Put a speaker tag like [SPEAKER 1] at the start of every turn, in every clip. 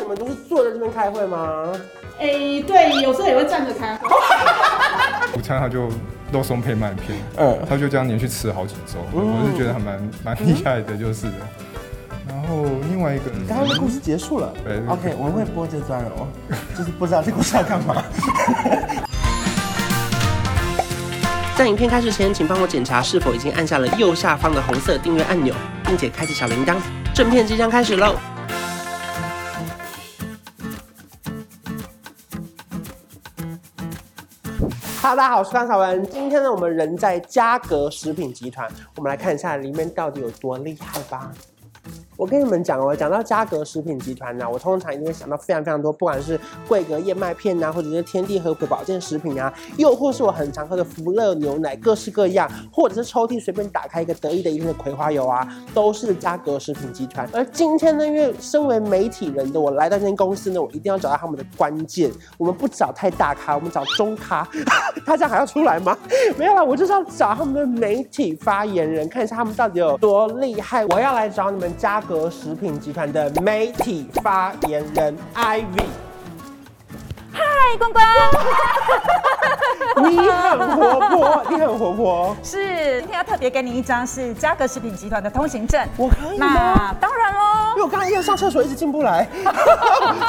[SPEAKER 1] 你们都是坐在这边开会吗？
[SPEAKER 2] 哎、对，有时候也会站着开会。
[SPEAKER 3] 午餐他就肉松配麦片，
[SPEAKER 1] 嗯，
[SPEAKER 3] 他就这样连续吃了好几周，
[SPEAKER 4] 哦
[SPEAKER 1] 嗯
[SPEAKER 3] 我是觉得还蛮蛮厉害的，就是的。然后另外一个，嗯
[SPEAKER 4] 刚刚的故事结束了
[SPEAKER 3] 对对。
[SPEAKER 4] OK，我们会播这段哦，就是不知道这故事要干嘛。
[SPEAKER 1] 在影片开始前，请帮我检查是否已经按下了右下方的红色订阅按钮，并且开启小铃铛。正片即将开始喽！哈，大家好，我是范凯文。今天呢，我们人在嘉格食品集团，我们来看一下里面到底有多厉害吧。我跟你们讲哦，讲到嘉格食品集团呢、啊我通常一定会想到非常非常多，不管是桂格燕麦片啊呐、或者是天地合普保健食品啊，又或是我很常喝的福乐牛奶，各式各样，或者是抽屉随便打开一个得意的一定的葵花油啊，都是嘉格食品集团。而今天呢，因为身为媒体人的我来到这间公司呢，我一定要找到他们的关键。我们不找太大咖，我们找中咖。 他这样还要出来吗？ 没有啦，我就是要找他们的媒体发言人，看一下他们到底有多厉害。我要来找你们嘉格食品集团的媒体发言人 Ivy。
[SPEAKER 5] 嗨，关关，
[SPEAKER 1] 你很活泼，你很活泼。
[SPEAKER 5] 是今天要特别给你一张是嘉格食品集团的通行证。
[SPEAKER 1] 我可以吗
[SPEAKER 5] 那当然喽
[SPEAKER 1] 因，为我刚刚一直上厕所一直进不来， 所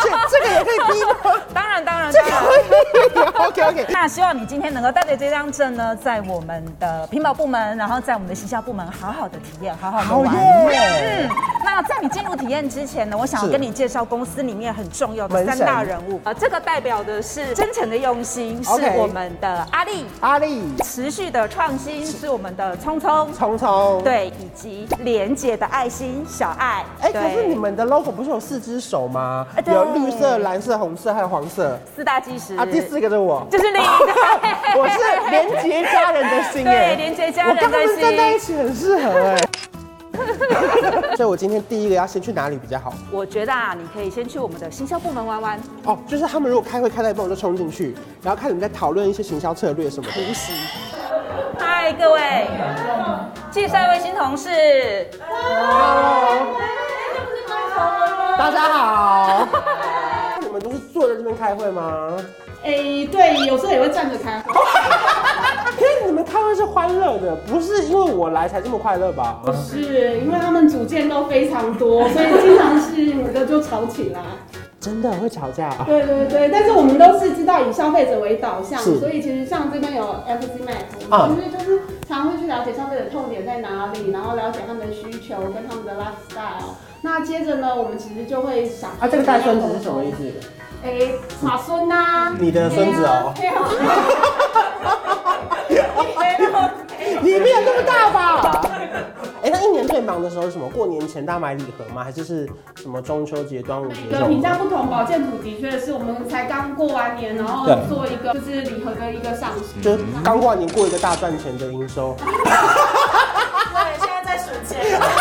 [SPEAKER 1] 以这个也可以逼吗？
[SPEAKER 5] 当然当然
[SPEAKER 1] 这
[SPEAKER 5] 当
[SPEAKER 1] 个
[SPEAKER 5] 然。
[SPEAKER 1] 可以，OK OK。
[SPEAKER 5] 那希望你今天能够带着这张证呢，在我们的屏保部门，然后在我们的行销部门好好的体验，好好的玩。嗯，那在你进入体验之前呢，我想要
[SPEAKER 1] 是
[SPEAKER 5] 跟你介绍公司里面很重要的
[SPEAKER 1] 门
[SPEAKER 5] 三
[SPEAKER 1] 神
[SPEAKER 5] 大人物。呃，这个代表的是真诚的用心，是
[SPEAKER 1] OK
[SPEAKER 5] 我们的阿力；
[SPEAKER 1] 阿力、
[SPEAKER 5] 持续的创新是我们的聪聪。
[SPEAKER 1] 聪聪，，
[SPEAKER 5] 对，以及连接的爱心小爱。
[SPEAKER 1] 哎，可是
[SPEAKER 5] 对
[SPEAKER 1] 你们的 logo 不是有四只手吗？
[SPEAKER 5] 啊对
[SPEAKER 1] 有绿色、蓝色、红色还有黄色
[SPEAKER 5] 四大基石
[SPEAKER 1] 啊，第四个是 我。，
[SPEAKER 5] 就是另一个
[SPEAKER 1] 我 是连结家人的心哎，
[SPEAKER 5] 对连结家人的
[SPEAKER 1] 我跟他们
[SPEAKER 5] 心
[SPEAKER 1] 站在一起很适合哎。 所以我今天第一个要先去哪里比较好？
[SPEAKER 5] 我觉得啊，你可以先去我们的行销部门玩玩，
[SPEAKER 1] 哦，就是他们如果开会开到一半，我就冲进去，然后看你们在讨论一些行销策略什么的。
[SPEAKER 5] 嗨，各位，介绍一位新同事，
[SPEAKER 1] 哦大家好， 你们都是坐在这边开会吗？
[SPEAKER 2] 哎、对，有时候也会站着开会。
[SPEAKER 1] 可是你们开会是欢乐的，不是因为我来才这么快乐吧？
[SPEAKER 2] 是因为他们组件都非常多，所以经常是有的就吵起来。
[SPEAKER 1] 真的会吵架、啊？
[SPEAKER 2] 对对对，但是我们都是知道以消费者为导向，
[SPEAKER 1] 是
[SPEAKER 2] 所以其实像这边有 FC Max，
[SPEAKER 1] 啊
[SPEAKER 2] 我们其实就是常会去了解消费者痛点在哪里，然后了解他们的需求跟他们的 lifestyle。那接着呢，我们其实就会想
[SPEAKER 1] 啊，这个带孙子是什么意思？
[SPEAKER 2] 哎，马孙啊呐、
[SPEAKER 1] 你的孙子哦
[SPEAKER 2] 对啊。对啊
[SPEAKER 1] 你没有那么大吧？哎、那一年最忙的时候是什么？过年前大家买礼盒吗？还是是什么中秋节、端午节
[SPEAKER 2] 每
[SPEAKER 1] 这
[SPEAKER 2] 个
[SPEAKER 1] 种？
[SPEAKER 2] 评价不同，保健品的确是我们才刚过完年，然后
[SPEAKER 1] 对
[SPEAKER 2] 做一个就是礼盒的一个上市。
[SPEAKER 1] 就是刚过完年过一个大赚钱的营 收。
[SPEAKER 5] 对，现在在数钱。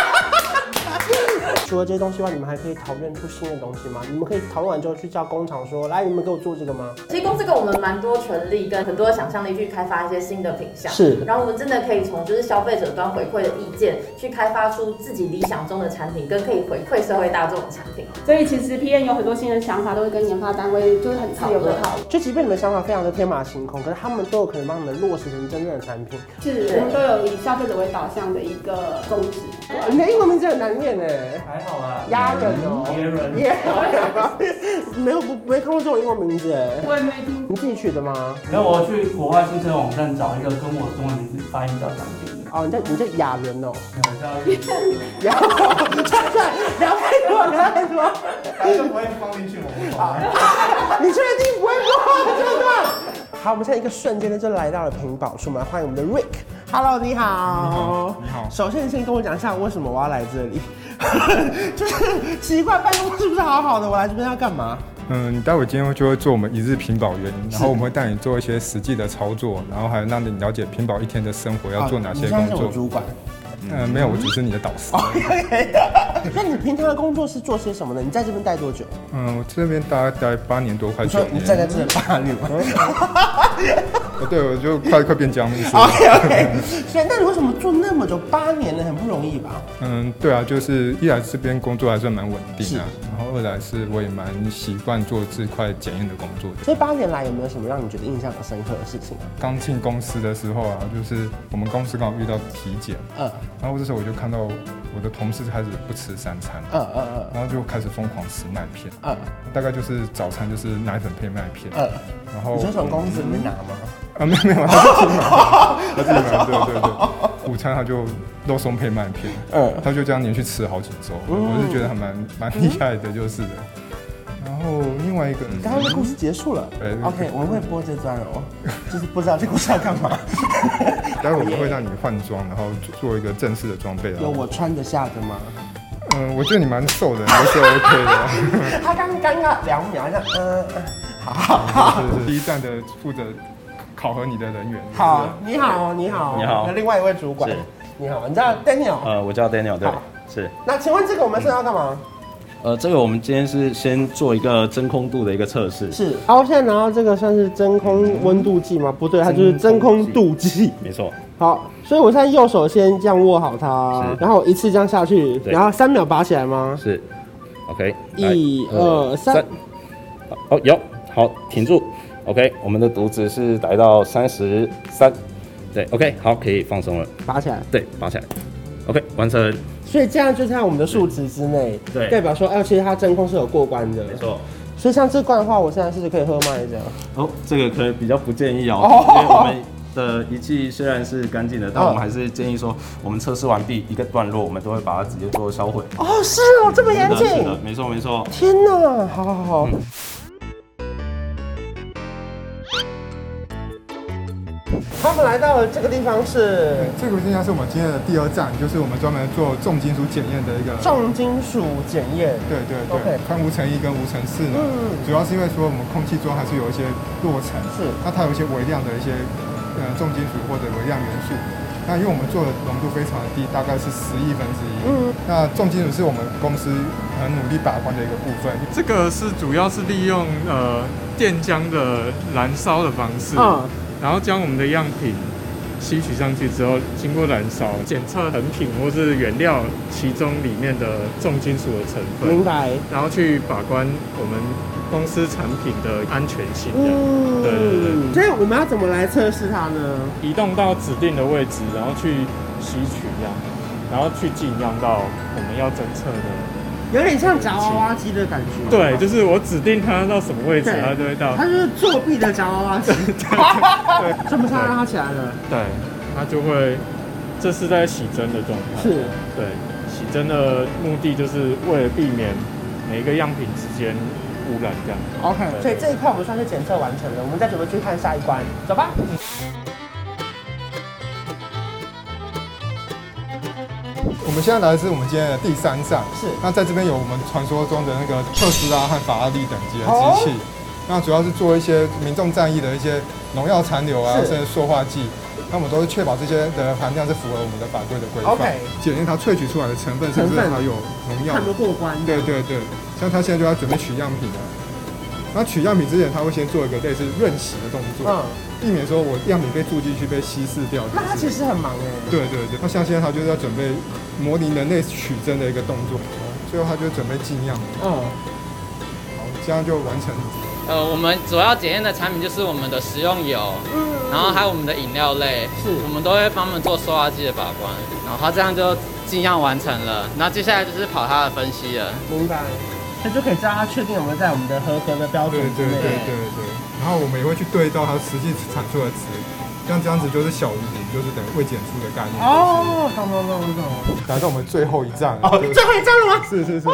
[SPEAKER 1] 除了这些东西外，你们还可以讨论出新的东西吗？你们可以讨论完之后去叫工厂说，来，你们给我做这个吗？
[SPEAKER 6] 其实公司给我们蛮多权利跟很多想象力去开发一些新的品项，
[SPEAKER 1] 是
[SPEAKER 6] 然后我们真的可以从就是消费者端回馈的意见，去开发出自己理想中的产品，跟可以回馈社会大众的产品。
[SPEAKER 2] 所以其实 P N 有很多新的想法，都会跟研发单位就是很自由的讨论。
[SPEAKER 1] 就即便你们想法非常的天马行空，可是他们都有可能帮你们落实成真正的产品。
[SPEAKER 2] 是我们都有以消费者为导向的一个宗旨。
[SPEAKER 1] 哇啊你的英文名字很难念哎，
[SPEAKER 7] 还好啦，
[SPEAKER 1] 压人哦，
[SPEAKER 7] 别人
[SPEAKER 1] 耶，没有不没看过这种英文名字哎，
[SPEAKER 2] 我也没听
[SPEAKER 1] 你自己取的吗？
[SPEAKER 7] 没有，我要去国外汽车网站找一个跟我中文名字发音比较相近的。
[SPEAKER 1] 哦，你叫你叫雅人哦，
[SPEAKER 7] 我叫一个，
[SPEAKER 1] 雅 人，聊太多聊太多，
[SPEAKER 3] 他就不会放进去我们房。
[SPEAKER 1] 你确定不会播这段？好，我们现在一个瞬间呢就来到了屏保处，我们来欢迎我们的 Rick。Hello，你好。
[SPEAKER 3] 你好你好
[SPEAKER 1] 首先，你先跟我讲一下为什么我要来这里，就是奇怪，办公室不是好好的，我来这边要干嘛？
[SPEAKER 3] 嗯，你待会今天就会做我们一日屏保员，然后我们会带你做一些实际的操作，然后还有让你了解屏保一天的生活要做哪
[SPEAKER 4] 啊
[SPEAKER 3] 些
[SPEAKER 4] 你
[SPEAKER 3] 工
[SPEAKER 4] 现在是我
[SPEAKER 3] 作。
[SPEAKER 4] 主管。
[SPEAKER 3] 嗯，没有，我只是你的导师。
[SPEAKER 1] 那你平常的工作是做些什么呢？你在这边待多久？
[SPEAKER 3] 嗯，我这边大概待八年多，快嗯
[SPEAKER 4] 你
[SPEAKER 3] 九
[SPEAKER 4] 说
[SPEAKER 3] 年。
[SPEAKER 4] 你站在这里骂你吗？
[SPEAKER 3] 对，我就快快变僵硬了。
[SPEAKER 1] OK OK，所以那你为什么做那么久？八年了，很不容易吧？
[SPEAKER 3] 嗯，对啊，就是一来这边工作还算蛮稳定啊，然后二来是我也蛮习惯做这块检验的工作的。
[SPEAKER 1] 所以八年来有没有什么让你觉得印象很深刻的事情啊？
[SPEAKER 3] 刚进公司的时候啊，就是我们公司刚好遇到体检，
[SPEAKER 1] 嗯
[SPEAKER 3] 然后这时候我就看到我的同事开始不吃三餐，
[SPEAKER 1] 嗯嗯
[SPEAKER 3] 然后就开始疯狂吃麦片，
[SPEAKER 1] 嗯
[SPEAKER 3] 大概就是早餐就是奶粉配麦片，
[SPEAKER 1] 嗯
[SPEAKER 3] 然
[SPEAKER 1] 嗯，
[SPEAKER 3] 后
[SPEAKER 1] 你说从公司里面拿吗？
[SPEAKER 3] 啊，没有没有，他自己买，他自己买，啊对对对。午餐他就肉松配麦片，
[SPEAKER 1] 嗯哦
[SPEAKER 3] 他就这样连续吃了好几周，我是觉得还蛮蛮厉害的，就是的。然后另外一个，
[SPEAKER 4] 刚刚的故事结束了
[SPEAKER 3] 对对对
[SPEAKER 4] ，OK，我们会播这段哦， 就是不知道这故事要干嘛。
[SPEAKER 3] 待会我会让你换装，然后做一个正式的装备啊。
[SPEAKER 1] 有我穿得下的吗？
[SPEAKER 3] 嗯，我觉得你蛮瘦的，你是 OK 的。
[SPEAKER 1] 他刚刚刚两秒，像嗯，嗯
[SPEAKER 3] 就是第一站的负责考核你的人员。
[SPEAKER 1] 好，你好，你好，
[SPEAKER 8] 你好
[SPEAKER 1] 那另外一位主管
[SPEAKER 8] 是，
[SPEAKER 1] 你好，你知道 Daniel？
[SPEAKER 8] 呃，我叫 Daniel，对
[SPEAKER 1] 好，
[SPEAKER 8] 是。
[SPEAKER 1] 那请问这个我们是要干嘛？
[SPEAKER 8] 呃，这个我们今天是先做一个真空度的一个测试，
[SPEAKER 1] 是，然后现在拿到这个算是真空温度计吗？不对，它就是真空度计。
[SPEAKER 8] 没错，
[SPEAKER 1] 好，所以我现在右手先这样握好它
[SPEAKER 8] 是，
[SPEAKER 1] 然后我一次这样下去，
[SPEAKER 8] 对
[SPEAKER 1] 然后三秒拔起来吗？
[SPEAKER 8] 是。OK，来呃
[SPEAKER 1] 一二三，
[SPEAKER 8] 哦，有，好，停住。OK，我们的毒值是来到三十三，对，OK，好，可以放松了，
[SPEAKER 1] 拔起来。
[SPEAKER 8] 对，拔起来。OK，完成，
[SPEAKER 1] 所以这样就在我们的数值之内，
[SPEAKER 8] 对
[SPEAKER 1] 代表说，哎，其实它真空是有过关的。
[SPEAKER 8] 没错。
[SPEAKER 1] 所以像这罐的话，我现在是可以喝吗？还是怎样？
[SPEAKER 8] 哦，这个可能比较不建议哦，
[SPEAKER 1] 哦嗯
[SPEAKER 8] 因为我们的仪器虽然是干净的，但我们还是建议说，我们测试完毕一个段落，我们都会把它直接做销毁。
[SPEAKER 1] 哦，是哦，这么严
[SPEAKER 8] 是的，是
[SPEAKER 1] 谨。
[SPEAKER 8] 的，没错没错。
[SPEAKER 1] 天哪，好好好。嗯他们来到了这个地方是
[SPEAKER 3] 这个应该是我们今天的第二站，就是我们专门做重金属检验的一个。
[SPEAKER 1] 重金属检验，
[SPEAKER 3] 对对
[SPEAKER 1] OK 嗯
[SPEAKER 3] 对，看无尘一跟无尘四呢，主要是因为说我们空气中还是有一些落尘，
[SPEAKER 1] 是
[SPEAKER 3] 那它有一些微量的一些呃重金属或者微量元素。那因为我们做的浓度非常的低，大概是十亿分之一。嗯，那重金属是我们公司很努力把关的一个部分。
[SPEAKER 9] 这个是主要是利用呃电浆的燃烧的方式，
[SPEAKER 1] 嗯
[SPEAKER 9] 然后将我们的样品吸取上去之后，经过燃烧检测成品或是原料其中里面的重金属的成
[SPEAKER 1] 明
[SPEAKER 9] 分，
[SPEAKER 1] 白。
[SPEAKER 9] 然后去把关我们公司产品的安全性。这样
[SPEAKER 1] 嗯，
[SPEAKER 9] 对对对
[SPEAKER 1] 所以我们要怎么来测试它呢？
[SPEAKER 9] 移动到指定的位置，然后去吸取样，然后去尽量到我们要侦测的。
[SPEAKER 1] 有点像夹娃娃机的感觉。
[SPEAKER 9] 对，啊就是我指定它到什么位置，
[SPEAKER 1] 对
[SPEAKER 9] 它就会到
[SPEAKER 1] 它就是作弊的夹娃娃机。 这么像让它起来了，
[SPEAKER 9] 对，它就会，这是在洗针的状态。
[SPEAKER 1] 是
[SPEAKER 9] 对，洗针的目的就是为了避免每一个样品之间污染这样。
[SPEAKER 1] OK。所以这一块我们算是检测完成了，我们再准备去看下一关，走吧。
[SPEAKER 3] 我们现在来的是我们今天的第三站，
[SPEAKER 1] 是
[SPEAKER 3] 那在这边有我们传说中的那个特斯拉和法拉利等级的机器，那主要是做一些民众战役的一些农药残留啊，
[SPEAKER 1] 是
[SPEAKER 3] 甚至塑化剂，那我们都是确保这些的含量是符合我们的法规的规范
[SPEAKER 1] OK
[SPEAKER 3] 检验它萃取出来的成分是不是
[SPEAKER 1] 成分
[SPEAKER 3] 含有农药
[SPEAKER 1] 看，不过关。
[SPEAKER 3] 对对对，像他现在就要准备取样品了。那取样品之前，他会先做一个类似润洗的动作，
[SPEAKER 1] 嗯
[SPEAKER 3] 避免说我样品被注进去被稀释掉。
[SPEAKER 1] 那它
[SPEAKER 3] 之类
[SPEAKER 1] 其实
[SPEAKER 3] 的
[SPEAKER 1] 很忙哎。
[SPEAKER 3] 对对对，那像现在他就是要准备模拟人类取针的一个动作，最后他就准备尽量，
[SPEAKER 1] 嗯。
[SPEAKER 3] 好，这样就完成。
[SPEAKER 10] 呃，我们主要检验的产品就是我们的食用油，然后还有我们的饮料类，
[SPEAKER 1] 是
[SPEAKER 10] 我们都会帮他们做塑化剂的把关，然后这样就尽量完成了。然后接下来就是跑它的分析了。
[SPEAKER 1] 明白。那就可以知道它确定有没有在我们的合格的标准
[SPEAKER 3] 对
[SPEAKER 1] 之
[SPEAKER 3] 对对
[SPEAKER 1] 内。
[SPEAKER 3] 对对，然后我们也会去对照它实际产出的值，像这样子就是小于零，就是等于未检出的概念。哦，
[SPEAKER 1] 哦，懂懂懂懂。
[SPEAKER 3] 来到我们最后一站，
[SPEAKER 1] 哦
[SPEAKER 3] 就，是
[SPEAKER 1] 最后一张了吗？哦
[SPEAKER 3] 是是是。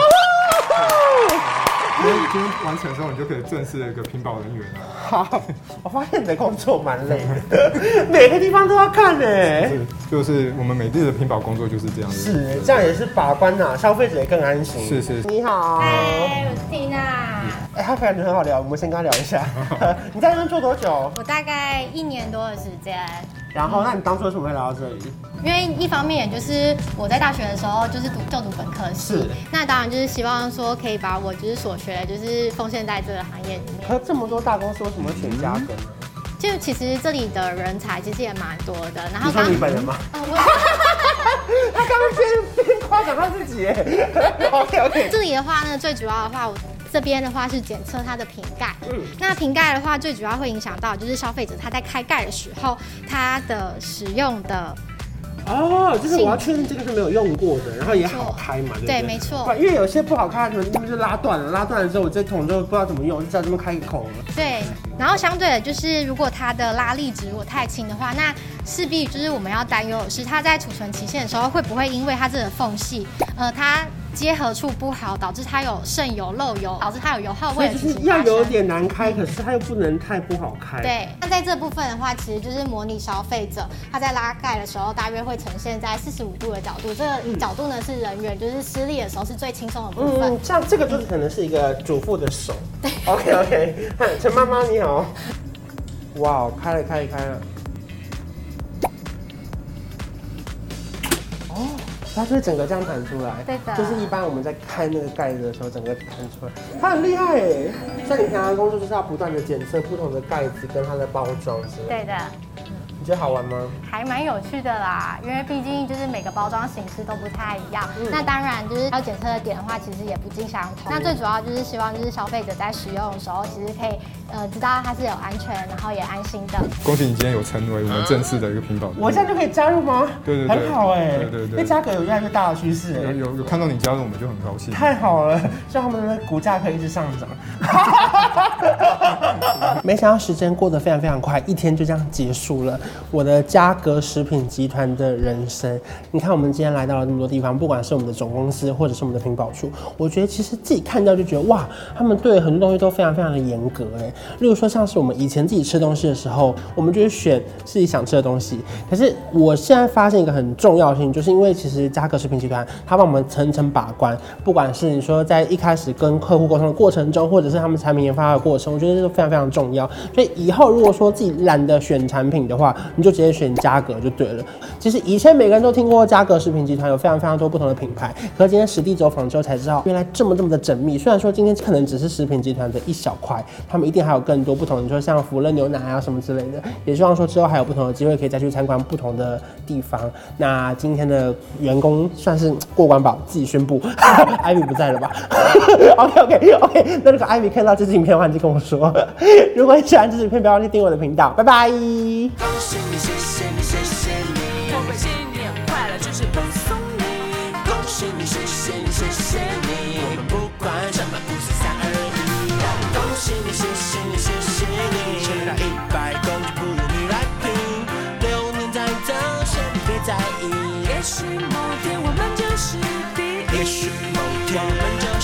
[SPEAKER 3] 今天今天完成的时候，你就可以正式的一个屏保人员了。
[SPEAKER 1] 好， 我发现你的工作蛮累的， 每个地方都要看呢、
[SPEAKER 3] 是，就是我们每日的屏保工作就是这样子。
[SPEAKER 1] 是，这样也是把关呐、消费者也更安心。
[SPEAKER 3] 是是
[SPEAKER 1] 你好，哎、
[SPEAKER 11] 我是蒂娜，
[SPEAKER 1] 他感觉很好聊，我们先跟他聊一 下。你在那边做多久？
[SPEAKER 11] 我大概一年多的时间。
[SPEAKER 1] 然后，那你当初为什么会来到这里？
[SPEAKER 11] 因为一方面，也就是我在大学的时候就是读就读本科系
[SPEAKER 1] 是，
[SPEAKER 11] 那当然就是希望说可以把我就是所学的，就是奉献在这个行业里面。
[SPEAKER 1] 可这么多大公司为什么会选嘉格呢？
[SPEAKER 11] 就其实这里的人才其实也蛮多的，然后
[SPEAKER 4] 你说
[SPEAKER 11] 刚呃
[SPEAKER 4] 你本人吗？
[SPEAKER 1] 他刚刚边边夸奖他自己耶。OK OK。
[SPEAKER 11] 这里的话呢，最主要的话，我这边的话是检测它的瓶盖。嗯，那瓶盖的话，最主要会影响到就是消费者他在开盖的时候，它的使用的
[SPEAKER 1] 哦，就是我要确认这个是没有用过的，然后也好开嘛，对不对？
[SPEAKER 11] 对没错
[SPEAKER 1] 哇因为有些不好开，可能就是拉断了，拉断了之后我这桶都不知道怎么用，就在这边开个口了。
[SPEAKER 11] 对，然后相对的就是，如果它的拉力值如果太轻的话，那势必就是我们要担忧的是，它在储存期限的时候会不会因为它这个缝隙，呃，它结合处不好，导致它有渗油、漏油，导致它有油耗
[SPEAKER 1] 所
[SPEAKER 11] 味
[SPEAKER 1] 以
[SPEAKER 11] 的
[SPEAKER 1] 就
[SPEAKER 11] 情
[SPEAKER 1] 是
[SPEAKER 11] 形
[SPEAKER 1] 要
[SPEAKER 11] 发
[SPEAKER 1] 有
[SPEAKER 11] 生。
[SPEAKER 1] 点难开，可是它又不能太不好开。
[SPEAKER 11] 对，那在这部分的话，其实就是模拟消费者他在拉盖的时候，大约会呈现在四十五度的角度。这个角度呢是人员就是施力的时候是最轻松的部分。
[SPEAKER 1] 嗯嗯，像这个就是可能是一个主妇的手。OK OK，陈妈妈你好。哇，开了开了开了。哦，它就会整个这样弹出来。
[SPEAKER 11] 对的
[SPEAKER 1] 就是一般我们在开那个盖子的时候，整个弹出来。它很厉害耶！像你平常的工作就是要不断的检测不同的盖子跟它的包装之类。。
[SPEAKER 11] 对的。
[SPEAKER 1] 你觉得好玩吗？
[SPEAKER 11] 还蛮有趣的啦，因为毕竟就是每个包装形式都不太一样。
[SPEAKER 5] 嗯
[SPEAKER 11] 那当然就是要检测的点的话，其实也不尽相同。那最主要就是希望就是消费者在使用的时候，其实可以呃知道它是有安全，然后也安心的。
[SPEAKER 3] 恭喜你今天有成为我们正式的一个屏保。
[SPEAKER 1] 我这样就可以加入吗？
[SPEAKER 3] 对对对
[SPEAKER 1] 很好哎。
[SPEAKER 3] 对对对
[SPEAKER 1] 因为价格有越来越大的趋势哎
[SPEAKER 3] 有。有有看到你加入，我们就很高兴。
[SPEAKER 1] 太好了，像他们的股价可以一直上涨。没想到时间过得非常非常快，一天就这样结束了我的嘉格食品集团的人生。你看，我们今天来到了那么多地方，不管是我们的总公司或者是我们的屏保处，我觉得其实自己看到就觉得哇，他们对很多东西都非常非常的严格哎。例如说，像是我们以前自己吃东西的时候，我们就会选自己想吃的东西。可是我现在发现一个很重要的事情，就是因为其实嘉格食品集团它帮我们层层把关，不管是你说在一开始跟客户沟通的过程中，或者是他们产品研发的过程，我觉得这个非常非常重要。所以以后如果说自己懒得选产品的话，你就直接选嘉格就对了。其实以前每个人都听过嘉格食品集团有非常非常多不同的品牌，可是今天实地走访之后才知道，原来这么这么的缜密。虽然说今天可能只是食品集团的一小块，他们一定还有更多不同，你说像福乐牛奶啊什么之类的，也希望说之后还有不同的机会可以再去参观不同的地方。那今天的员工算是过关吧，自己宣布，艾米不在了吧 ？OK OK OK，那如果艾米看到这支影片的话，你就跟我说。如果你喜欢这支影片，不要忘记订阅我的频道，拜拜。
[SPEAKER 12] 恭喜你，谢谢你，谢谢你，我们新年快乐，就是恭送你。恭喜你，谢谢你，谢谢你，我们不管什么，不是三二一。恭喜你，谢谢你，谢谢你，吃到一百公斤不用你来拼，流年再走，先别在意。也许某天我们就是第一，也许某天我们就。